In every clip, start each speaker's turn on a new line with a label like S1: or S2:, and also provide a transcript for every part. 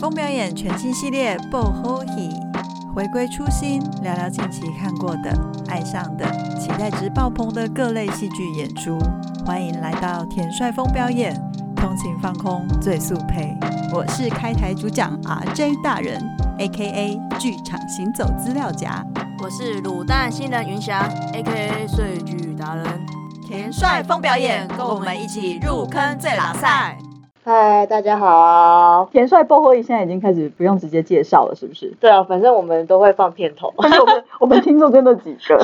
S1: 风表演全新系列《爆吼戏》，回归初心，聊聊近期看过的、爱上的、期待值爆棚的各类戏剧演出。欢迎来到田帅风表演，通勤放空最速配。我是开台主讲 RJ 大人，A.K.A 剧场行走资料夹。
S2: 我是卤蛋新人云霞，A.K.A 睡剧达人。
S1: 田帅风表演，跟我们一起入坑最拉赛。
S3: 嗨，大家好。
S4: 田帅爆火影现在已经开始不用直接介绍了，是 不是？
S3: 对啊，反正我们都会放片头，
S4: 但是我们我们听众真的几个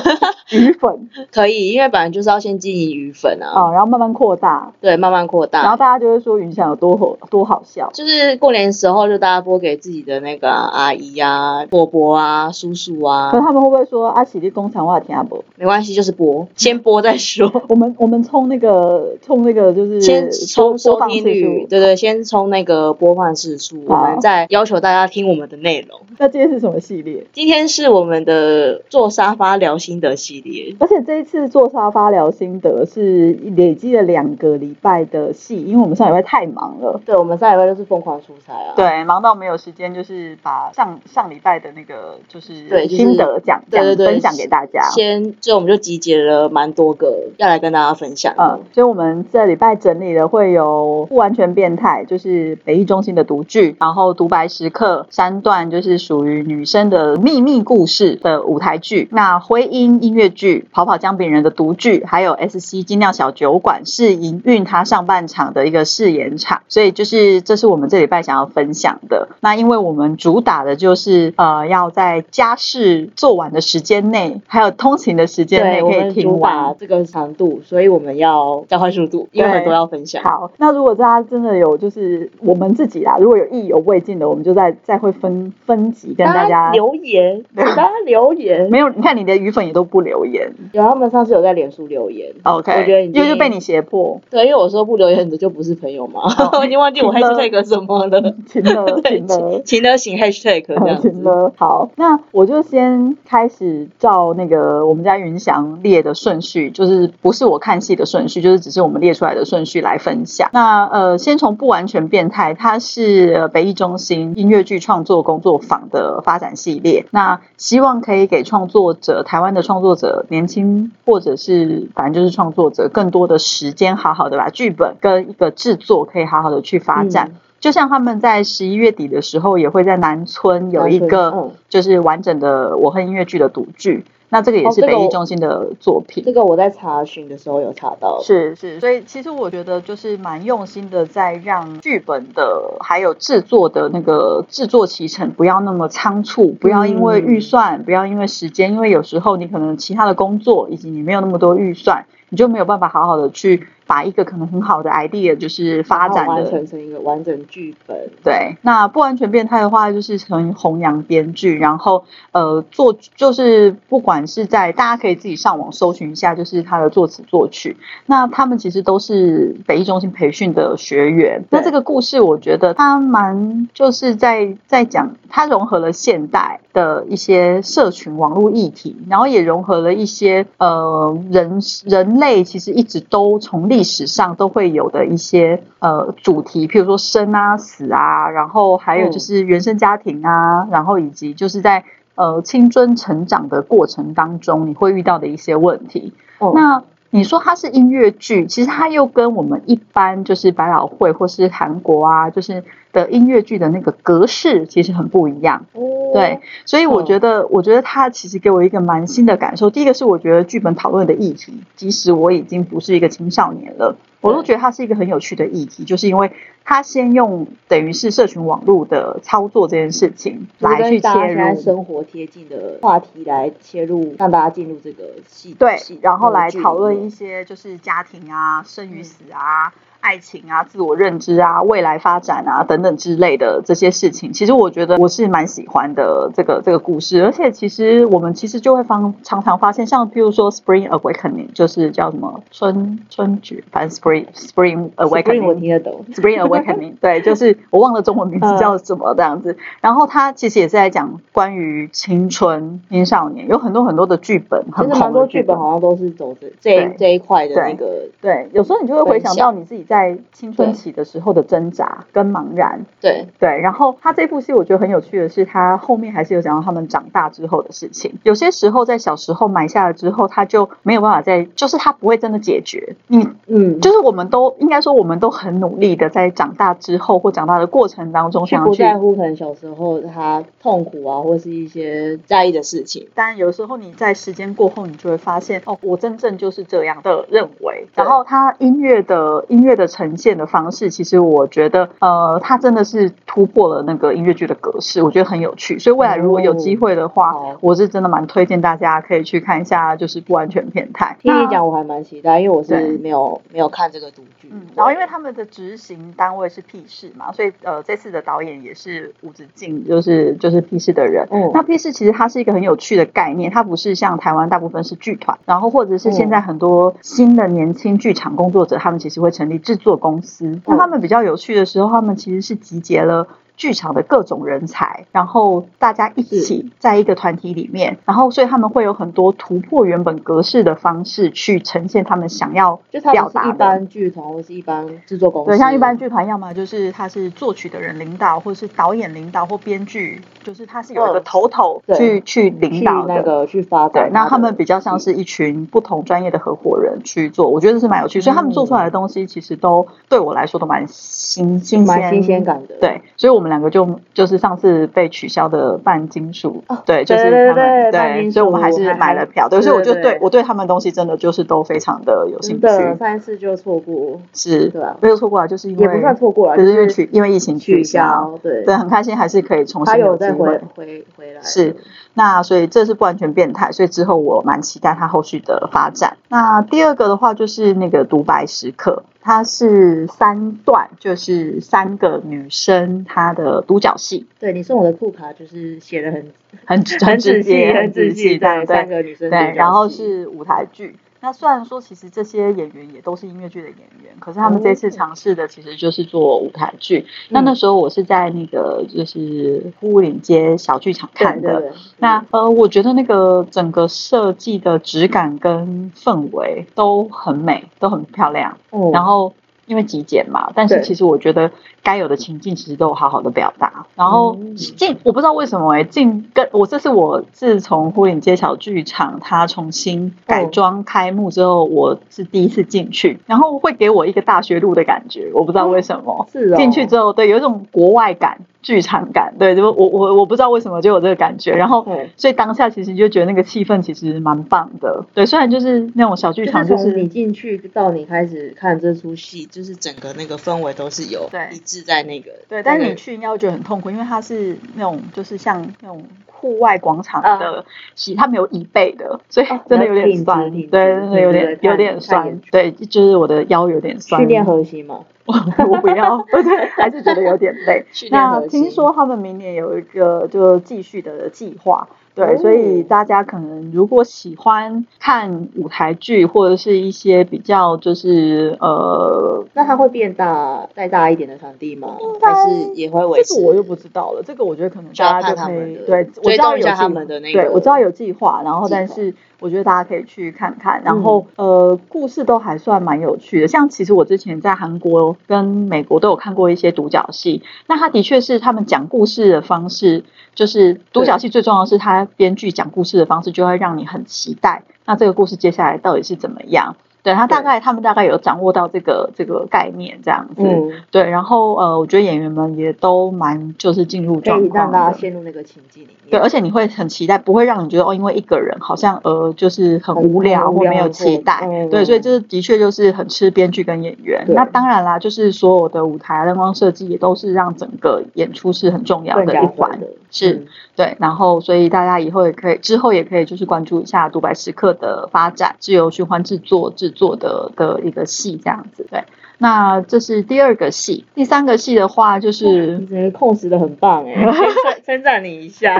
S4: 鱼粉
S3: 可以，因为本来就是要先经营鱼粉啊，
S4: 啊、然后慢慢扩大，
S3: 对，慢慢扩
S4: 然后
S3: 大。
S4: 大家就会说云翔有多好多好笑。
S3: 就是过年时候，就大家播给自己的那个阿姨啊、伯伯啊、叔叔啊
S4: 可，他们会不会说阿喜力工厂话听不？
S3: 没关系，就是播，先播再说，
S4: 我们我们冲那个冲那个就是
S3: 先冲
S4: 播
S3: 收
S4: 放
S3: 听
S4: 次数
S3: 率，对对，先冲那个播放次数，我
S4: 好
S3: 们再要求大家听我们的内容。
S4: 那今天是什么系列？
S3: 今天是我们的坐沙发聊心得系列，
S4: 而且这一次做沙发聊心得是累积了两个礼拜的戏，因为我们上礼拜太忙了。
S3: 对，我们上礼拜就是疯狂出差啊，
S4: 对，忙到没有时间，就是把上上礼拜的那个就是
S3: 对就是
S4: 心得讲
S3: 对
S4: 讲
S3: 对对
S4: 分享给大家。
S3: 先，就我们就集结了蛮多个要来跟大家分享的。
S4: 呃，所以我们这礼拜整理了会有不完全变态，就是北艺中心的独剧，然后独白时刻三段就是属于女生的秘密故事的舞台剧，那徽音音乐剧，跑跑姜饼人的独剧，还有 S C 精酿小酒馆是营运它上半场的一个试演场，所以就是这是我们这礼拜想要分享的。那因为我们主打的就是呃要在家事做完的时间内，还有通勤的时间内
S3: 对，我
S4: 可以
S3: 们
S4: 听
S3: 主
S4: 完
S3: 打。这个长度，所以我们要加快速度，因为
S4: 对
S3: 很多要分享。
S4: 好，那如果大家真的有就是我们自己啊啦，如果有意犹未尽的，我们就再再会分分级跟大家。
S3: 留 言，给大家留言。
S4: 没有，你看你的鱼粉也都不留言
S3: 有他们上次有在脸书留言，
S4: ，OK？
S3: 我觉得已
S4: 因
S3: 经
S4: 为就被你胁迫，
S3: 对，因为我说不留言的就不是朋友嘛，
S4: 哦
S3: 我已经忘记我
S4: 停了
S3: hashtag 什么了。
S4: 停了，
S3: 对
S4: 停了，。
S3: 勤的型 hashtag 这样
S4: 好，
S3: 子嗯
S4: 停。了。好，那我就先开始照那个我们家云翔列的顺序，就是不是我看戏的顺序，就是只是我们列出来的顺序来分享。那呃，先从不完全变态，它是呃北艺中心音乐剧创作工作坊的发展系列。那希望可以给创作者，台湾的创作者，年轻或者是反正就是创作者，更多的时间，好好的把剧本跟一个制作可以好好的去发展。
S3: 嗯
S4: 就像他们在十一月底的时候，也会在南村有一
S3: 南村
S4: 个
S3: 嗯
S4: 就是完整的《我和音乐剧》的独剧，那这个也
S3: 哦这
S4: 是
S3: 个
S4: 北艺
S3: 我
S4: 中心的作品。
S3: 这个我在查询的时候有查到，
S4: 是是，所以其实我觉得就是蛮用心的，在让剧本的还有制作的那个制作期程不要那么仓促，不要因为预
S3: 嗯
S4: 算，不要因为时间，因为有时候你可能其他的工作以及你没有那么多预算，你就没有办法好好的去把一个可能很好的 idea 就是发
S3: 然
S4: 展
S3: 后完
S4: 的
S3: 成成一个完整剧本。
S4: 对，那不完全变态的话，就是从弘扬编剧，然后呃作就是不管是在大家可以自己上网搜寻一下，就是他的作词作曲。那他们其实都是北艺中心培训的学员。那
S3: 对
S4: 这个故事，我觉得它蛮就是在在讲，它融合了现代的一些社群网络议题，然后也融合了一些呃人人类其实一直都从历史上都会有的一些呃主题，譬如说生啊、死啊，然后还有
S3: 嗯
S4: 就是原生家庭啊，然后以及就是在。呃，青春成长的过程当中，你会遇到的一些问题，
S3: 哦
S4: 那你说它是音乐剧，其实它又跟我们一般就是百老汇或是韩国啊，就是的音乐剧的那个格式其实很不一样。
S3: 哦
S4: 对，所以我觉得，我觉得它其实给我一个蛮新的感受。第一个是我觉得剧本讨论的议题，即使我已经不是一个青少年了，我都觉得它是一个很有趣的议题，就是因为它先用等于是社群网络的操作这件事情
S3: 就是
S4: 来去
S3: 跟大家
S4: 切
S3: 现在
S4: 入。
S3: 生活贴近的话题来切入，让大家进入这个戏
S4: 对
S3: 戏，
S4: 然后来
S3: 剧里
S4: 讨论
S3: 面嗯
S4: 一些就是家庭啊、生与死啊、爱情啊、自我认知啊、未来发展啊等等之类的这些事情。其实我觉得我是蛮喜欢的这个这个故事，而且其实我们其实就会方常常发现，像譬如说《Spring Awakening》，就是叫什么春春菊，反正 Spring Spring
S3: 所以我
S4: 呃 Awakening
S3: 听得懂。
S4: Spring Awakening，对，就是我忘了中文名
S3: 嗯
S4: 字叫什么这样子。然后他其实也是在讲关于青春、青少年，有很多很多的剧本，
S3: 其
S4: 很
S3: 实蛮
S4: 红
S3: 多
S4: 的
S3: 剧
S4: 剧
S3: 本好像都是走这这一
S4: 对
S3: 这一块的
S4: 对
S3: 那个，
S4: 对，有时候你就会回想到你自己在青春期的时候的挣扎跟茫然。
S3: 对，
S4: 对，然后他这部戏我觉得很有趣的是，他后面还是有讲到他们长大之后的事情。有些时候在小时候埋下了之后，他就没有办法再，就是他不会真的解决。你
S3: 嗯，
S4: 就是我们都应该说，我们都很努力的在长大之后或长大的过程当中
S3: 去
S4: 想要
S3: 不
S4: 去。
S3: 在乎可能小时候他痛苦啊，或是一些在意的事情。
S4: 但有时候你在时间过后，你就会发现，哦，我真正就是这样的认为。然后他音乐的音乐的呈现的方式，其实我觉得，呃，他真的是突破了那个音乐剧的格式，我觉得很有趣。所以未来如果有机会的话，
S3: 哦好
S4: 我是真的蛮推荐大家可以去看一下，就是不完全变态。
S3: 听你
S4: 那
S3: 讲，我还蛮期待，因为我
S4: 对
S3: 是没有没有看这个独剧。
S4: 嗯，然后因为
S3: 对
S4: 他们的执行单位是 P 市嘛，所以呃，这次的导演也是吴子敬，就是就是 P 市的人。
S3: 嗯
S4: 那 P 市其实它是一个很有趣的概念，它不是像台湾大部分是剧团，然后或者是
S3: 嗯
S4: 现在很多新的年轻剧场工作者，他们其实会成立制作公司。
S3: 嗯
S4: 那他们比较有趣的时候，他们其实是集结了。剧场的各种人才，然后大家一起在一个团体里面，然后所以他们会有很多突破原本格式的方式去呈现他们想要
S3: 就他
S4: 表
S3: 不
S4: 达
S3: 是
S4: 的。
S3: 一般剧团或是一般制作公司，
S4: 对，像一般剧团，要么就是他是作曲的人领导，或者是导演领导或编剧，就是他是有一个
S3: 嗯
S4: 头头
S3: 对
S4: 去、去领
S3: 去
S4: 导的。
S3: 那个去发展
S4: 对
S3: 的。，
S4: 那他们比较像是一群不同专业的合伙人去做，我觉得是蛮有
S3: 嗯
S4: 趣，所以他们做出来的东西其实都对我来说都蛮新新
S3: 蛮新鲜。感的。
S4: 对，所以我们两个就就是上次被取消的半金属，对，就是他
S3: 哦对对
S4: 们
S3: 对半金属
S4: 所以我们还是买了票，对，所以我就
S3: 对对对
S4: 对我对他们东西真的就是都非常的有兴
S3: 真
S4: 趣，
S3: 的上一次就错过，
S4: 是，
S3: 对啊
S4: 没有错过啊，就是因为
S3: 也不算错过了，
S4: 可
S3: 就是
S4: 因为
S3: 是
S4: 取因为疫情取消，
S3: 消，对，
S4: 对，很开心还是可以重
S3: 他
S4: 新
S3: 有
S4: 机
S3: 再回
S4: 会。
S3: 回回来，
S4: 是，那所以这是不完全变态，所以之后我蛮期待它后续的发展。那第二个的话就是那个独白时刻，它是三段，就是三个女生她的独角戏，
S3: 对你送我的酷卡就是写的很
S4: 很很直
S3: 仔细，
S4: 接，
S3: 很仔细，
S4: 这
S3: 对，
S4: 样
S3: 三
S4: 对
S3: 个女生
S4: 对，
S3: 对，
S4: 然后是舞台剧。那虽然说其实这些演员也都是音乐剧的演员，可是他们这次
S3: 哦
S4: 尝试的其实就是做舞台剧。
S3: 嗯
S4: 那那时候我是在那个就是呼林街小剧场看的。
S3: 对对对
S4: 那呃，我觉得那个整个设计的质感跟氛围都很美，都很漂亮。
S3: 嗯
S4: 然后因为极简嘛，但是
S3: 对
S4: 其实我觉得该有的情境其实都有好好的表达。然后
S3: 嗯
S4: 进，我不知道为什么哎、进跟我这是我自从呼林街小剧场它重新
S3: 嗯
S4: 改装开幕之后，我是第一次进去，然后会给我一个大学路的感觉，我不知道为什么。
S3: 是哦
S4: 进去之后，对，有一种国外感、剧场感，对，就我我我不知道为什么就有这个感觉，然后。
S3: 对，
S4: 所以当下其实就觉得那个气氛其实蛮棒的，对，虽然就是那种小剧场，
S3: 就
S4: 就是是
S3: 从你进去到你开始看这出戏，就是整个那个氛围都是有
S4: 对
S3: 一致在那个
S4: 对，但
S3: 那
S4: 是
S3: 个
S4: 你去应该会觉得很痛苦，因为它是那种就是像那种户外广场的洗，它没有椅背的，所以
S3: 哦
S4: 真的有点
S3: 挺直
S4: 酸，
S3: 挺直
S4: 对，真的有点
S3: 对对对
S4: 有点
S3: 看看
S4: 酸
S3: 演出，
S4: 对，就是我的腰有点酸。
S3: 训练核心嘛，
S4: 我不要， 我对，还是觉得有点累。
S3: 训练
S4: 那
S3: 核心
S4: 听说他们明年有一个就继续的计划，对，
S3: 哦
S4: 所以大家可能如果喜欢看舞台剧或者是一些比较就是呃
S3: 那它会变大再大一点的场地吗？
S4: 该
S3: 还是也会维
S4: 这
S3: 持？
S4: 个我就不知道了，这个我觉得可能
S3: 就要
S4: 大家就
S3: 看他
S4: 可
S3: 们
S4: 以
S3: 的
S4: 对，我知
S3: 追
S4: 道
S3: 踪一
S4: 有
S3: 下
S4: 计
S3: 他们的那
S4: 对
S3: 个
S4: 我知道有计划，然后
S3: 计
S4: 但
S3: 划嗯
S4: 是我觉得大家可以去看看，然后、呃，故事都还算蛮有趣的。像其实我之前在韩国跟美国都有看过一些独角戏，那他的确是他们讲故事的方式，就是独角戏最重要的是他编剧讲故事的方式，就会让你很期待。那这个故事接下来到底是怎么样？对他大
S3: 对
S4: 概他们大概有掌握到这个这个概念这样子，
S3: 嗯，
S4: 对，然后呃，我觉得演员们也都蛮就是进入
S3: 可以
S4: 状
S3: 让
S4: 况
S3: 大家
S4: 的。
S3: 陷入那个情境里面。
S4: 对，而且你会很期待，不会让你觉得哦，因为一个人好像呃，就是很
S3: 很
S4: 无聊
S3: 很无
S4: 或
S3: 聊
S4: 没有期
S3: 或
S4: 待。
S3: 嗯
S4: 对，所以这的确就是很吃编剧跟演员。
S3: 对
S4: 那当然啦，就是所有的舞台灯光设计也都是让整个演出是很重要
S3: 更
S4: 的
S3: 加
S4: 一
S3: 分
S4: 环。
S3: 的
S4: 是
S3: 嗯
S4: 对，然后所以大家以后也可以之后也可以就是关注一下独白时刻的发展，是由循环制作制作的的一个戏这样子。对，那这是第二个戏，第三个戏的话就是
S3: 你整个控制的很棒哎， 称赞称赞你一下。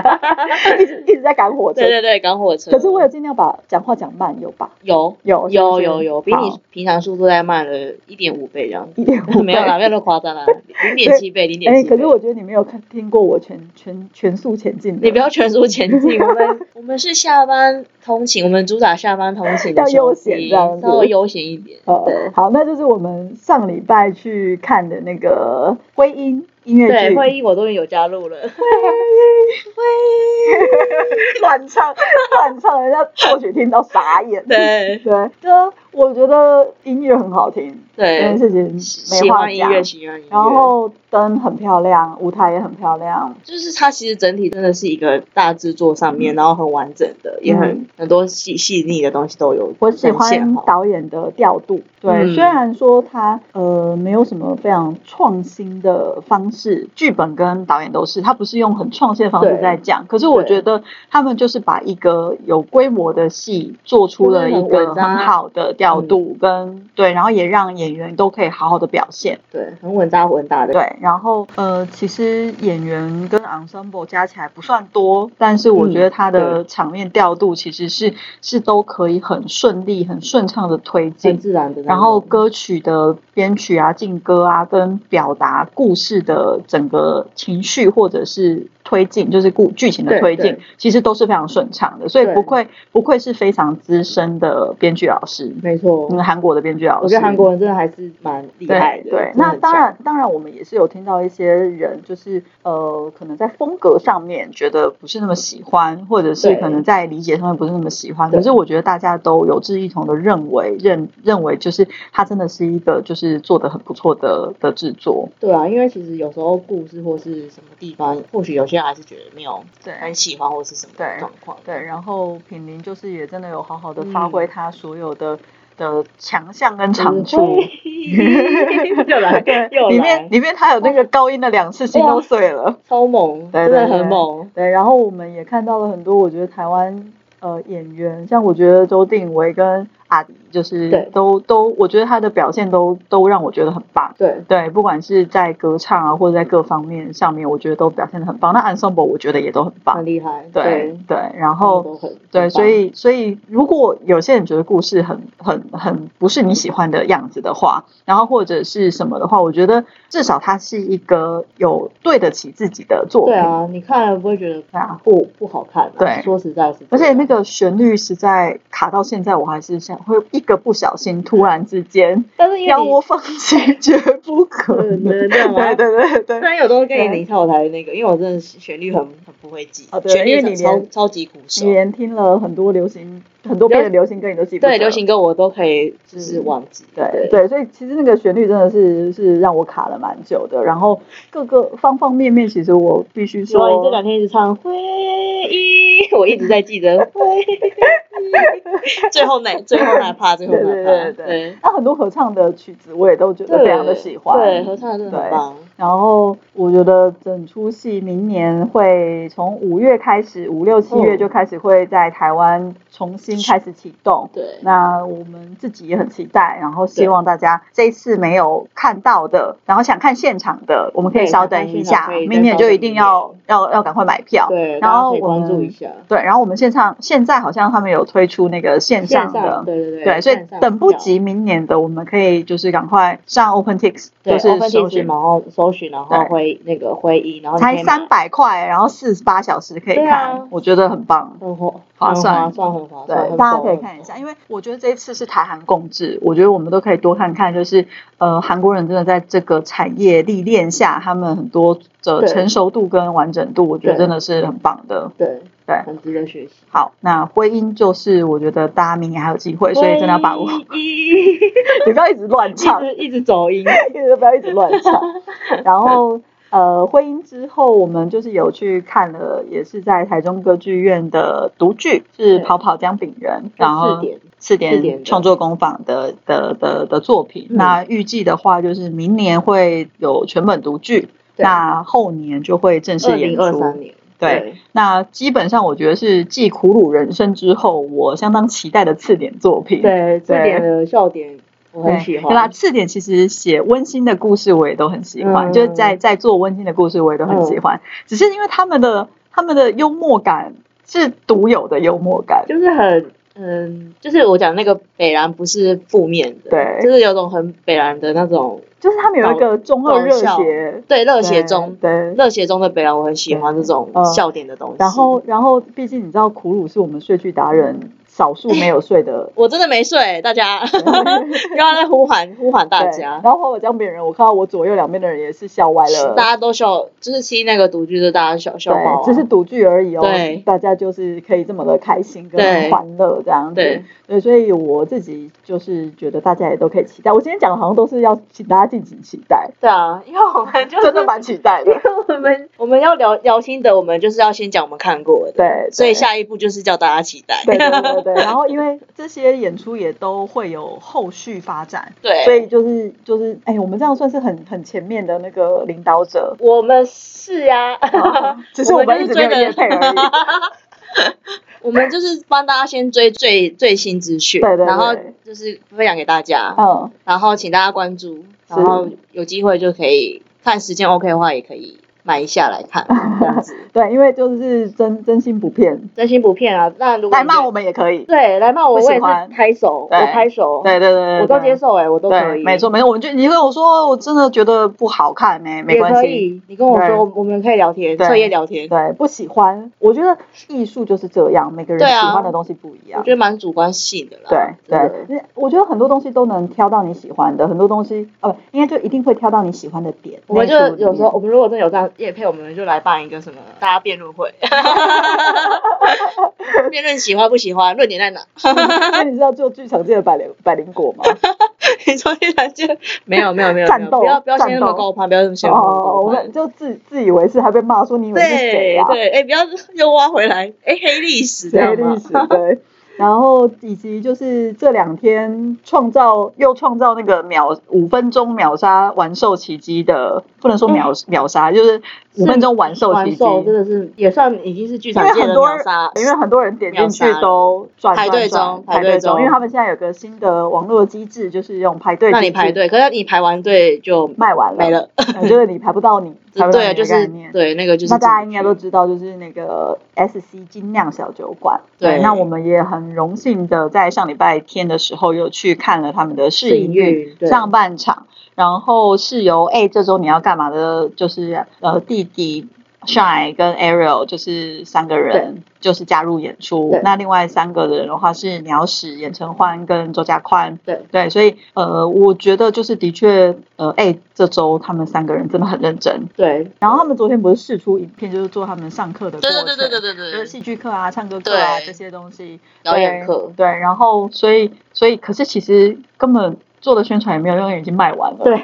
S4: 一直一直在赶火车
S3: 对，对对，赶火车。
S4: 可是我有尽量把讲话讲慢，有吧？
S3: 有
S4: 有是不
S3: 有
S4: 是
S3: 有有，比
S4: 好
S3: 你平常速度再慢了一点五倍这 样子。
S4: 一点五
S3: 没有啦，没有那么夸张啦，零点七倍，零
S4: 哎、
S3: 点七倍。
S4: 可是我觉得你没有看听过我全全全速前进的，
S3: 你不要全速前 进，我们我们是下班通勤，我们主打下班通勤的
S4: 要
S3: 休
S4: 悠
S3: 息，
S4: 闲这样子
S3: 稍微悠闲一点。
S4: 呃
S3: 对，
S4: 好，那就是我们上礼拜去看的那个《徽音》音乐剧，
S3: 对，会议我终于有加入了，
S4: 乱唱乱唱，人家作曲听到傻眼。
S3: 对
S4: 对，就我觉得音乐很好听，这
S3: 对，
S4: 件事情没
S3: 喜
S4: 话
S3: 欢音
S4: 讲。
S3: 乐，喜欢音乐，
S4: 然后灯很漂亮，舞台也很漂亮，
S3: 就是它其实整体真的是一个大制作上面，然后很完整的，也很、
S4: 嗯
S3: 很多细细腻的东西都有
S4: 我喜
S3: 呈现
S4: 欢
S3: 好。
S4: 导演的调度，对，
S3: 嗯
S4: 虽然说他呃没有什么非常创新的方式，剧本跟导演都是，他不是用很创新的方式
S3: 对
S4: 在讲，可是我觉得他们就是把一个有规模的戏做出了一
S3: 就是
S4: 个
S3: 很稳扎
S4: 很好的调度跟、对，然后也让演员都可以好好的表现，
S3: 对，很稳扎稳打的。
S4: 对，然后呃其实演员跟 ensemble 加起来不算多，但是
S3: 嗯
S4: 我觉得他的场面调度其实是、是都可以很顺利、很顺畅的推
S3: 很
S4: 进。
S3: 自然的那种。
S4: 然后歌曲的编曲啊、进歌啊，跟表达故事的整个情绪或者是推进，就是故剧情的
S3: 对
S4: 推进
S3: 对，
S4: 其实都是非常顺畅的。所以
S3: 对
S4: 不愧不愧是非常资深的编剧老师，
S3: 没错，
S4: 嗯，韩国的编剧老师，
S3: 我觉得韩国人真的还是蛮厉害的。
S4: 对，对
S3: 真的
S4: 那
S3: 很
S4: 当
S3: 强，
S4: 然，当然，我们也是有听到一些人，就是呃，可能在风格上面觉得不是那么喜欢，或者是
S3: 对
S4: 可能在理解上面不是那么喜欢。
S3: 对
S4: 可是我觉得大家都有志一同的认为，认认为就是它真的是一个就是做的很不错的的制作。
S3: 对啊，因为其实有时候故事或是什么地方，或许有些人还是觉得没有
S4: 对
S3: 很喜欢或是什么
S4: 对
S3: 状况。
S4: 对，然后品林就是也真的有好好的
S3: 嗯
S4: 发挥他所有的、的强项跟长处。
S3: 又来
S4: 嗯对，
S3: 又来，
S4: 里面里面他有那个高音的两次心都
S3: 哇
S4: 碎了。
S3: 超猛，
S4: 对
S3: 真的
S4: 对对
S3: 很猛。
S4: 对，然后我们也看到了很多，我觉得台湾呃演员，像我觉得周定伟跟阿迪，就是
S3: 对
S4: 都都，我觉得他的表现都都让我觉得很棒。
S3: 对，
S4: 对，不管是在歌唱啊，或者在各方面上面，我觉得都表现的很棒。那 ensemble 我觉得也都很棒
S3: 很。厉害。
S4: 对
S3: 嗯对，
S4: 对，然
S3: 他们
S4: 后
S3: 都很
S4: 对，
S3: 很棒
S4: 所以所以如果有些人觉得故事很很很不是你喜欢的样子的话，然后或者是什么的话，我觉得至少它是一个有对得起自己的作品。
S3: 对啊，你看了不会觉得
S4: 对啊
S3: 不不好看啊。
S4: 对
S3: 说实在是这样，
S4: 而且那个旋律实在卡到现在，我还是想会一个不小心，突然之间
S3: 但是因为
S4: 要
S3: 你
S4: 我放弃，绝不可
S3: 对对对
S4: 能。对
S3: 对。
S4: 对对对
S3: 虽然有时候跟你
S4: 对
S3: 领跳我才那个，因为我真的是旋律很很不会记
S4: 哦，对
S3: 旋
S4: 因
S3: 律
S4: 为你
S3: 超
S4: 连
S3: 超级苦手
S4: 你。连听了很多流行，很多遍的流行歌，你都记不得嗯
S3: 对流行歌我都可以，就是忘记。
S4: 对对，所以其实那个旋律真的是是让我卡了蛮久的，然后各个方方面面，其实我必须
S3: 有啊，你这
S4: 说，
S3: 两天一直唱回忆， 我一直在记得回忆。 最后那最后那趴，最后那趴，
S4: 对对对那很多合唱的曲子我也都觉得
S3: 对，
S4: 非常的喜欢，
S3: 对，合唱真的很棒。
S4: 然后我觉得整出戏明年会从五月开始，五六七月
S3: 嗯
S4: 就开始会在台湾重新开始启动。
S3: 对，
S4: 那我们自己也很期待，然后希望大家这一次没有看到的，然后想看现场的，我们可
S3: 对
S4: 以
S3: 想
S4: 稍
S3: 看
S4: 等一
S3: 现场
S4: 下
S3: 可以，再
S4: 明年
S3: 稍
S4: 就
S3: 等
S4: 一
S3: 一
S4: 定
S3: 年
S4: 要要要赶快买票。
S3: 对，
S4: 然
S3: 大家
S4: 后
S3: 可以
S4: 我
S3: 关注
S4: 们
S3: 一下。
S4: 对，然后我们线上现在好像他们有推出那个线
S3: 线
S4: 上的，
S3: 上，对对
S4: 对，所以
S3: 线上
S4: 等不
S3: 票
S4: 及明年的，我们可以就是赶快上 OpenTix，
S3: 对，
S4: 就
S3: 我
S4: 是
S3: 分地
S4: 搜
S3: 址，
S4: 寻
S3: 然后搜寻，然后
S4: 对
S3: 回那个回忆，然后你可以买
S4: 才三，百块，然后四十八小时可以
S3: 对啊
S4: 看，我觉得很棒。
S3: 很划
S4: 划
S3: 很
S4: 算
S3: 划算，很划算，
S4: 对，
S3: 很
S4: 大家
S3: 够
S4: 可以
S3: 很
S4: 看一
S3: 够
S4: 下，因为我觉得这一次是台韩共治，我觉得我们都可以多看看，就是呃，韩国人真的在这个产业历练下，他们很多的
S3: 对
S4: 成熟度跟完整度，我觉得
S3: 对
S4: 真的是很棒的。
S3: 对
S4: 对
S3: 很值得学习，
S4: 好，那婚姻就是我觉得大家明年还有机会，所以真的要把握，
S3: 回忆
S4: 你不要一直乱唱，
S3: 一直一直走音，
S4: 不要一直乱 唱。然后呃，婚姻之后，我们就是有去看了，也是在台中歌剧院的独剧，
S3: 对
S4: 是跑跑江炳仁，
S3: 就
S4: 然后
S3: 四点，
S4: 四
S3: 四点
S4: 点
S3: 的
S4: 创作工坊的的的的作品。
S3: 嗯
S4: 那预计的话，就是明年会有全本独剧。
S3: 对
S4: 那后年就会正式
S3: 二
S4: 演
S3: 零
S4: 出。
S3: 二三年，
S4: 对，那基本上我觉得是继《苦鲁人生》之后，我相当期待的次点作品。
S3: 对，这
S4: 对
S3: 点的笑点我
S4: 对，
S3: 很喜
S4: 对啦，
S3: 欢，
S4: 次点其实写温馨的故事我也都很喜欢，
S3: 嗯
S4: 就是在在做温馨的故事我也都很喜欢，只是因为他们的他们的幽默感是独有的幽默感，
S3: 就是很。嗯，就是我讲那个北然不是负面的，
S4: 对
S3: 就是有种很北然的那种，
S4: 就是他们有一个中二热血，
S3: 对热血中
S4: 对。对
S3: 热血中的北兰，我很喜欢这种
S4: 嗯
S3: 笑点的东西。。
S4: 然后，然后，毕竟你知道，苦鲁是我们睡剧达人少数没有睡的
S3: 我真的没睡，大 家不要再呼喊呼喊 大
S4: 对
S3: 家
S4: 然，后换我江别人，我看到我左右两边的人也是笑歪了。
S3: 大家都笑，就是吸那个独居的，大家笑笑爆、啊。
S4: 对，只是赌剧而已哦
S3: 对。
S4: 大家就是可以这么的开心跟
S3: 对
S4: 欢乐这样子。
S3: 对
S4: 对，所以我自己就是觉得大家也都可以期待。我今天讲的好像都是要请大家敬请期待，
S3: 对啊，因为我们就
S4: 真的蛮期待的。
S3: 我们我们要聊聊心得，我们就是要先讲我们看过的，
S4: 对，
S3: 所以
S4: 对
S3: 下一步就是叫大家期待。
S4: 对对对对，然后因为这些演出也都会有后续发展，
S3: 对，
S4: 所以就是就是，哎，我们这样算是很很前面的那个领导者
S3: 我们是啊，
S4: 只是我们一
S3: 就
S4: 直
S3: 是
S4: 没
S3: 追
S4: 有
S3: 的，
S4: 业配而已。
S3: 我们就是帮大家先追最最新资讯，
S4: 对对对
S3: 然后就是分享给大家，
S4: 嗯，
S3: 然后请大家关注，然后有机会就可以看时间 OK 的话，也可以买一下来 看，这样子
S4: 对，因为就是真真心不骗，
S3: 真心不骗啊。那如果
S4: 来
S3: 你
S4: 骂
S3: 觉得
S4: 我，们也可以。
S3: 对，来骂我，
S4: 不喜
S3: 我也是
S4: 欢
S3: 拍手，
S4: 对
S3: 我拍手，
S4: 对对对对，
S3: 我都
S4: 对
S3: 接。受，哎，我都可
S4: 对，
S3: 以，
S4: 没错没错，我们就你跟我说，我真的觉得不好看没、没
S3: 也
S4: 关
S3: 可
S4: 系。
S3: 以。你跟我
S4: 对
S3: 说，我们可以聊天，
S4: 对
S3: 彻夜聊天，
S4: 对，不喜欢，我觉得艺术就是这样，每个人
S3: 对啊
S4: 喜欢的东西不一样
S3: 我觉。得啊蛮主观性的啦。
S4: 对对，那我觉得很多东西都能挑到你喜欢的，很多东西呃，不应该就一定会挑到你喜欢的点。
S3: 我们就
S4: 那一组里
S3: 有时候，
S4: 面
S3: 我们如果真的有这样夜配，我们就来办一个 什么大家辩论会， 辩论喜欢不喜欢，论点在 哪？
S4: 那你知道就剧场界的百灵百灵 果吗？
S3: 你说一来就没有没有没有，没
S4: 战
S3: 有
S4: 斗
S3: 不要不要先那
S4: 战
S3: 么
S4: 斗
S3: 高攀，不要那么先那么
S4: 哦，
S3: 高
S4: 我
S3: 攀
S4: 们。就自自以为是，还被骂说你以为是谁
S3: 对
S4: 啊？
S3: 对，哎，不要又挖回来，哎，黑历史这
S4: 黑
S3: 样
S4: 历
S3: 吗？
S4: 史对。然后以及就是这两天创造又创造那个秒五分钟秒杀完售奇迹的，不能说秒、秒杀，就是五分钟完售
S3: 嗯完
S4: 奇迹，
S3: 售真的是也算已经是剧
S4: 因
S3: 场
S4: 为
S3: 界
S4: 很
S3: 的
S4: 多
S3: 秒
S4: 人
S3: 杀，，
S4: 因为很多人点进去都转
S3: 秒杀了排队中
S4: 排
S3: 排
S4: 队
S3: 队中
S4: 中，因为他们现在有个新的网络机制，就是用排队，
S3: 那你排队，可是你排完队就
S4: 卖完了
S3: 没，了。
S4: 呃就是你排不到你，排不到
S3: 对啊，
S4: 你
S3: 就
S4: 的
S3: 是
S4: 概念。
S3: 对那个就是。
S4: 那大家应该都知道，就是那个 SC 精酿小酒馆。
S3: 对
S4: 那我们也很荣幸的在上礼拜天的时候又去看了他们的试营
S3: 试营
S4: 运
S3: 运对
S4: 上半场，然后是由哎、这周你要干嘛的，就是呃弟弟。Shine 跟 Ariel 就是三个人，就是加入演出
S3: 对。
S4: 那另外三个人的话是鸟屎、严承欢跟周家宽。
S3: 对
S4: 对，所以呃，我觉得就是的确，呃，哎、这周他们三个人真的很认真，
S3: 对，
S4: 然后他们昨天不是试出影片，就是做他们上课的过
S3: 对
S4: 程，
S3: 对对对
S4: 对
S3: 对对
S4: 就是
S3: 对，
S4: 戏剧课啊、唱歌课啊
S3: 对
S4: 这些东西，
S3: 表演课。
S4: 对，然后所以所以可是其实根本做的宣传也没有用，因为已经卖完了。
S3: 对，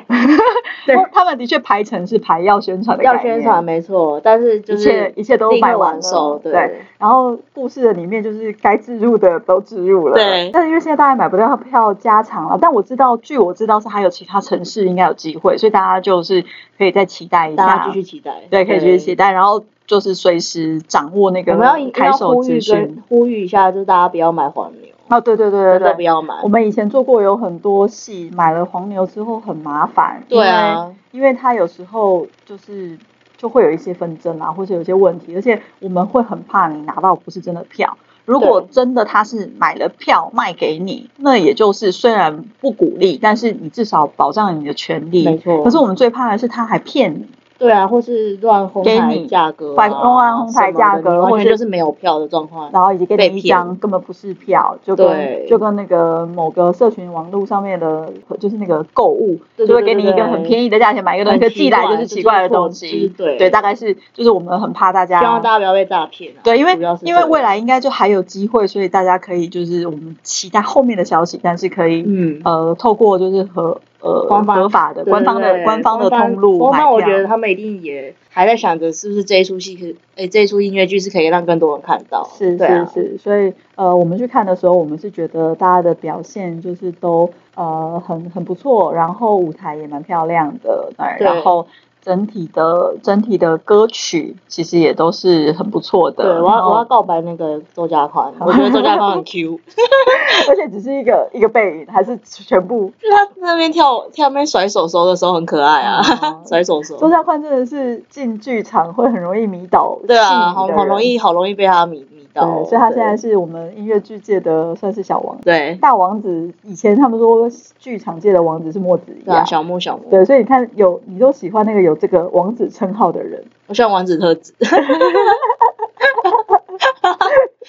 S3: 对
S4: 他他们的确排成是排要宣传的概
S3: 要
S4: 念，
S3: 宣传没错，但是就
S4: 一切
S3: 是
S4: 一切都
S3: 立
S4: 卖
S3: 刻
S4: 完
S3: 完
S4: 了
S3: 售，
S4: 对。然后故事的里面就是该置入的都置入了，
S3: 对
S4: 但是因为现在大家买不到票加场了，但我知道，据我知道是还有其他城市应该有机会，所以大家就是可以再期待一下，
S3: 大家继续期待，
S4: 嗯对，可以继续期。待，然后就是随时掌握那
S3: 我
S4: 个
S3: 们要一定
S4: 开
S3: 要
S4: 售
S3: 呼
S4: 资
S3: 吁跟
S4: 讯。
S3: 呼吁一下，就是大家不要买黄牛，
S4: 哦，对对对
S3: 真的
S4: 对
S3: 不
S4: 对。
S3: 要买
S4: 我。们以前做过有很多戏，买了黄牛之后很麻烦，
S3: 对啊，
S4: 因为，因为它有时候就是就会有一些纷争啊，或者有一些问题，而且我们会很怕你拿到不是真的票。如果
S3: 对
S4: 真的他是买了票卖给你，那也就是虽然不鼓励，但是你至少保障了你的权
S3: 没
S4: 利。
S3: 错。
S4: 可是我们最怕的是他还骗你，
S3: 对啊，或是乱哄
S4: 给
S3: 抬
S4: 你
S3: 价格啊，
S4: 反乱哄抬
S3: 什么的
S4: 价格
S3: 你
S4: 或
S3: 完全
S4: 是
S3: 就是没有票的状况。
S4: 然后以及给
S3: 被
S4: 你一
S3: 骗
S4: 张根本不是票，就跟
S3: 对
S4: 就跟那个某个社群网络上面的，就是那个购物，
S3: 对对
S4: 就会给你一
S3: 对
S4: 个
S3: 对
S4: 很便宜的价钱买一个东西，
S3: 很
S4: 可寄来就
S3: 奇怪
S4: 是奇怪的
S3: 就是
S4: 东
S3: 就是
S4: 西，
S3: 对
S4: 对，大概是就是我们很怕大
S3: 希望大
S4: 家。
S3: 家不要被诈骗啊。
S4: 对，因为
S3: 主要是
S4: 因为
S3: 这个
S4: 未来应该就还有机会，所以大家可以就是我们期待后面的消息，但是可以、
S3: 嗯。
S4: 呃透过就是合呃
S3: 官方
S4: 合法的
S3: 对
S4: 官方
S3: 对
S4: 的
S3: 对
S4: 官方的通路
S3: 官
S4: 买
S3: 方
S4: 票。
S3: 我觉得他们一定也还在想着是不是这一出戏可以，哎，这一出音乐剧是可以让更多人看到。
S4: 是
S3: 对啊
S4: 是，是，所以呃，我们去看的时候，我们是觉得大家的表现就是都呃很很不错，然后舞台也蛮漂亮的，呃
S3: 对
S4: 然后整体的整体的歌曲其实也都是很不错的。
S3: 对，我
S4: 然
S3: 要
S4: 后
S3: 我要告白那个周家 宽，我觉得周家宽很 Q，
S4: 而且只是一个一个背影，还是全部。
S3: 就是他那边跳跳那边甩手手的时候很可爱啊，
S4: 嗯
S3: 甩手手
S4: 周。家宽真的是进剧场会很容易迷倒戏迷的人，
S3: 啊对啊，好好容易好容易被他迷迷到。
S4: 对，所以他现在是我们音乐剧界的算是小王子。
S3: 对
S4: 大王子以前他们说剧场界的王子是莫子仪
S3: 对啊，小木小木，
S4: 对，所以你看有你都喜欢那个有这个王子称号的人，
S3: 我喜欢王子特 质。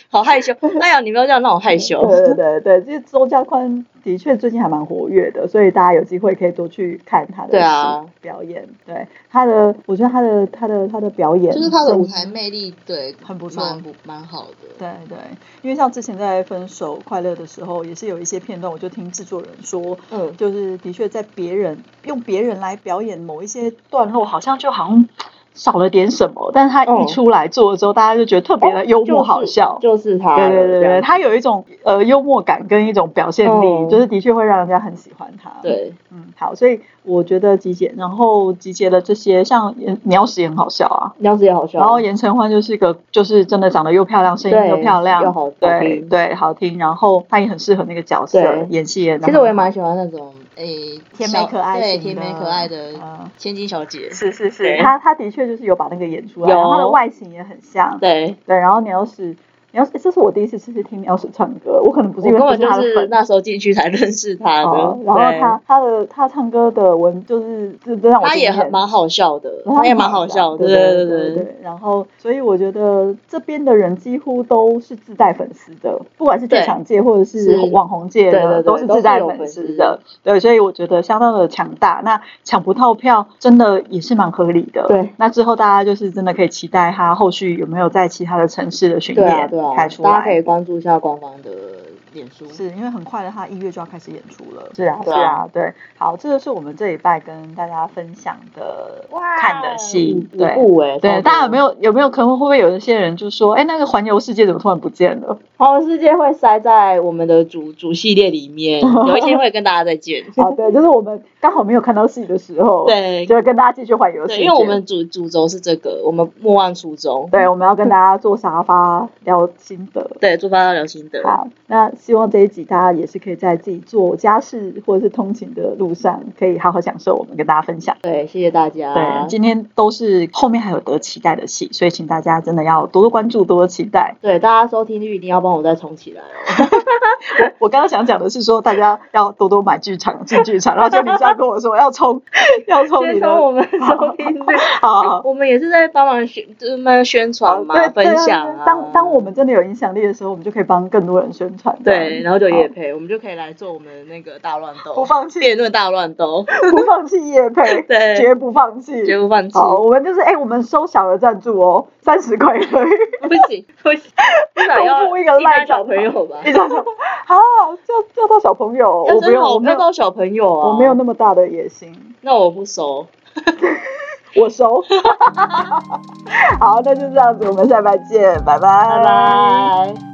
S3: 好害羞，哎呀，你不要这样让我害羞。
S4: 对对对对，其实周家宽的确最近还蛮活跃的，所以大家有机会可以多去看他的
S3: 对啊
S4: 表演。对他的，我觉得他的他的他的表演
S5: 就是他的
S4: 真
S5: 舞台魅力，对，
S4: 很不错
S5: 蛮不蛮好的。
S4: 对对，因为像之前在分手快乐的时候，也是有一些片段，我就听制作人说，
S3: 嗯，
S4: 就是的确在别人用别人来表演某一些段落，好像就好像少了点什么，但是他一
S3: 嗯哦
S4: 出来做的时候，大家就觉得特别的幽默好笑。
S3: 就是他了。
S4: 对对对
S3: 这
S4: 对，
S3: 样
S4: 他有一种呃幽默感跟一种表现力，
S3: 嗯
S4: 就是的确会让人家很喜欢他。，
S3: 对，
S4: 嗯，好，所以我觉得集结，然后集结了这些，像呃鸟屎也很好笑啊，
S3: 鸟子也好笑。
S4: 然后严承欢就是个，就是真的长得又漂亮，声音
S3: 对
S4: 又漂亮，
S3: 又好好
S4: 对
S3: 听
S4: 对，好听。然后她也很适合那个角色
S3: 对，
S4: 演戏也。
S3: 其实我也蛮喜欢那种哎
S5: 诶，
S4: 甜
S5: 小
S4: 美可爱
S5: 对，
S4: 型的，
S5: 甜美可爱的
S4: 嗯
S5: 千金小姐，
S4: 是是是，
S3: 对
S4: 她她的确就是有把那个演出来，
S3: 有
S4: 然后她的外形也很像，
S3: 对，
S4: 对。然后鸟屎，鸟屎，这是我第一次是听鸟屎唱歌，我可能不
S3: 我
S4: 是因为
S3: 根
S4: 不
S3: 本就
S4: 她的
S3: 是
S4: 粉。
S3: 那时候进去才认识他的。
S4: 哦，
S3: 对
S4: 然后她她的她唱歌的文就是这这让我
S3: 他也
S4: 惊艳
S3: 很蛮好笑的，
S4: 然后
S3: 他也蛮好笑的。对
S4: 对对
S3: 对，
S4: 然后，所以我觉得这边的人几乎都是自带粉丝的，不管是剧场界或者是
S3: 是
S4: 网红界的，
S3: 对对对
S4: 都是自带粉丝的。对，所以我觉得相当的强大。那抢不到票，真的也是蛮合理的。
S3: 对，
S4: 那之后大家就是真的可以期待他后续有没有在其他的城市的巡
S3: 对啊
S4: 演
S3: 对啊，
S4: 开出
S3: 大家可以
S4: 来。
S3: 关注一下官方的脸书。
S4: 是因为很快的，他一月就要开始演出了。是啊，是
S3: 对啊
S4: 啊，对。好，这就是我们这一拜跟大家分享的看的戏。
S3: 五
S4: 对，
S3: 部哎，
S4: 对，大家有没
S3: 有？
S4: 有有没有可能会不会有一些人就说，哎，那个环游世界怎么突然不见 了？
S3: 环游世界会塞在我们的主主系列里 面，有一天会跟大家再见。
S4: 啊，对，就是我们刚好没有看到戏的时候，，
S3: 对
S4: 就会跟大家继续环游世
S3: 对，
S4: 界。
S3: 因为我们主主轴是这个，我们莫忘初衷。
S4: 对我们要跟大家坐沙发聊心得。
S3: 对，祝大家聊心得。
S4: 好，那希望这一集大家也是可以在自己做家事或者是通勤的路上，可以好好享受我们跟大家分享。
S3: 对，谢谢大家
S4: 对，。今天都是后面还有得期待的戏，所以请大家真的要多多关注，多多期待。
S3: 对，大家收听率一定要帮我再冲起来 哦。
S4: 我刚刚想讲的是说，大家要多多买剧场进剧场，然后就你这样跟我说要冲，要冲你
S3: 先
S4: 的，
S3: 冲我们收听率，
S4: 好好好。
S3: 我们也是在帮忙宣，就是慢宣传嘛
S4: 对，
S3: 分
S4: 对啊
S3: 享啊。
S4: 当当我们真的有影响力的时候，我们就可以帮更多人宣传。
S3: 对，然后就
S4: 也
S3: 夜配，我们就可以来做我们那个大乱斗，
S4: 不放弃
S3: 辩论大乱斗，
S4: 不放弃夜配，
S3: 对
S4: 绝不放弃，
S3: 绝不放弃。
S4: 好，我们就是哎、我们收小额赞助哦，三十块 而已，
S3: 不行不行， 至少
S4: 公
S3: 要
S4: 布一个赖
S3: 般小朋友吧
S4: 一。张小，好好叫叫到小朋友，我
S3: 但
S4: 不
S3: 真的
S4: 用，
S3: 好
S4: 我没
S3: 看
S4: 有，
S3: 到小朋友啊，
S4: 我没有，那么大的野心，
S3: 那我不熟。
S4: 我收。好，那就这样子，我们下班见，拜拜，
S3: 拜拜。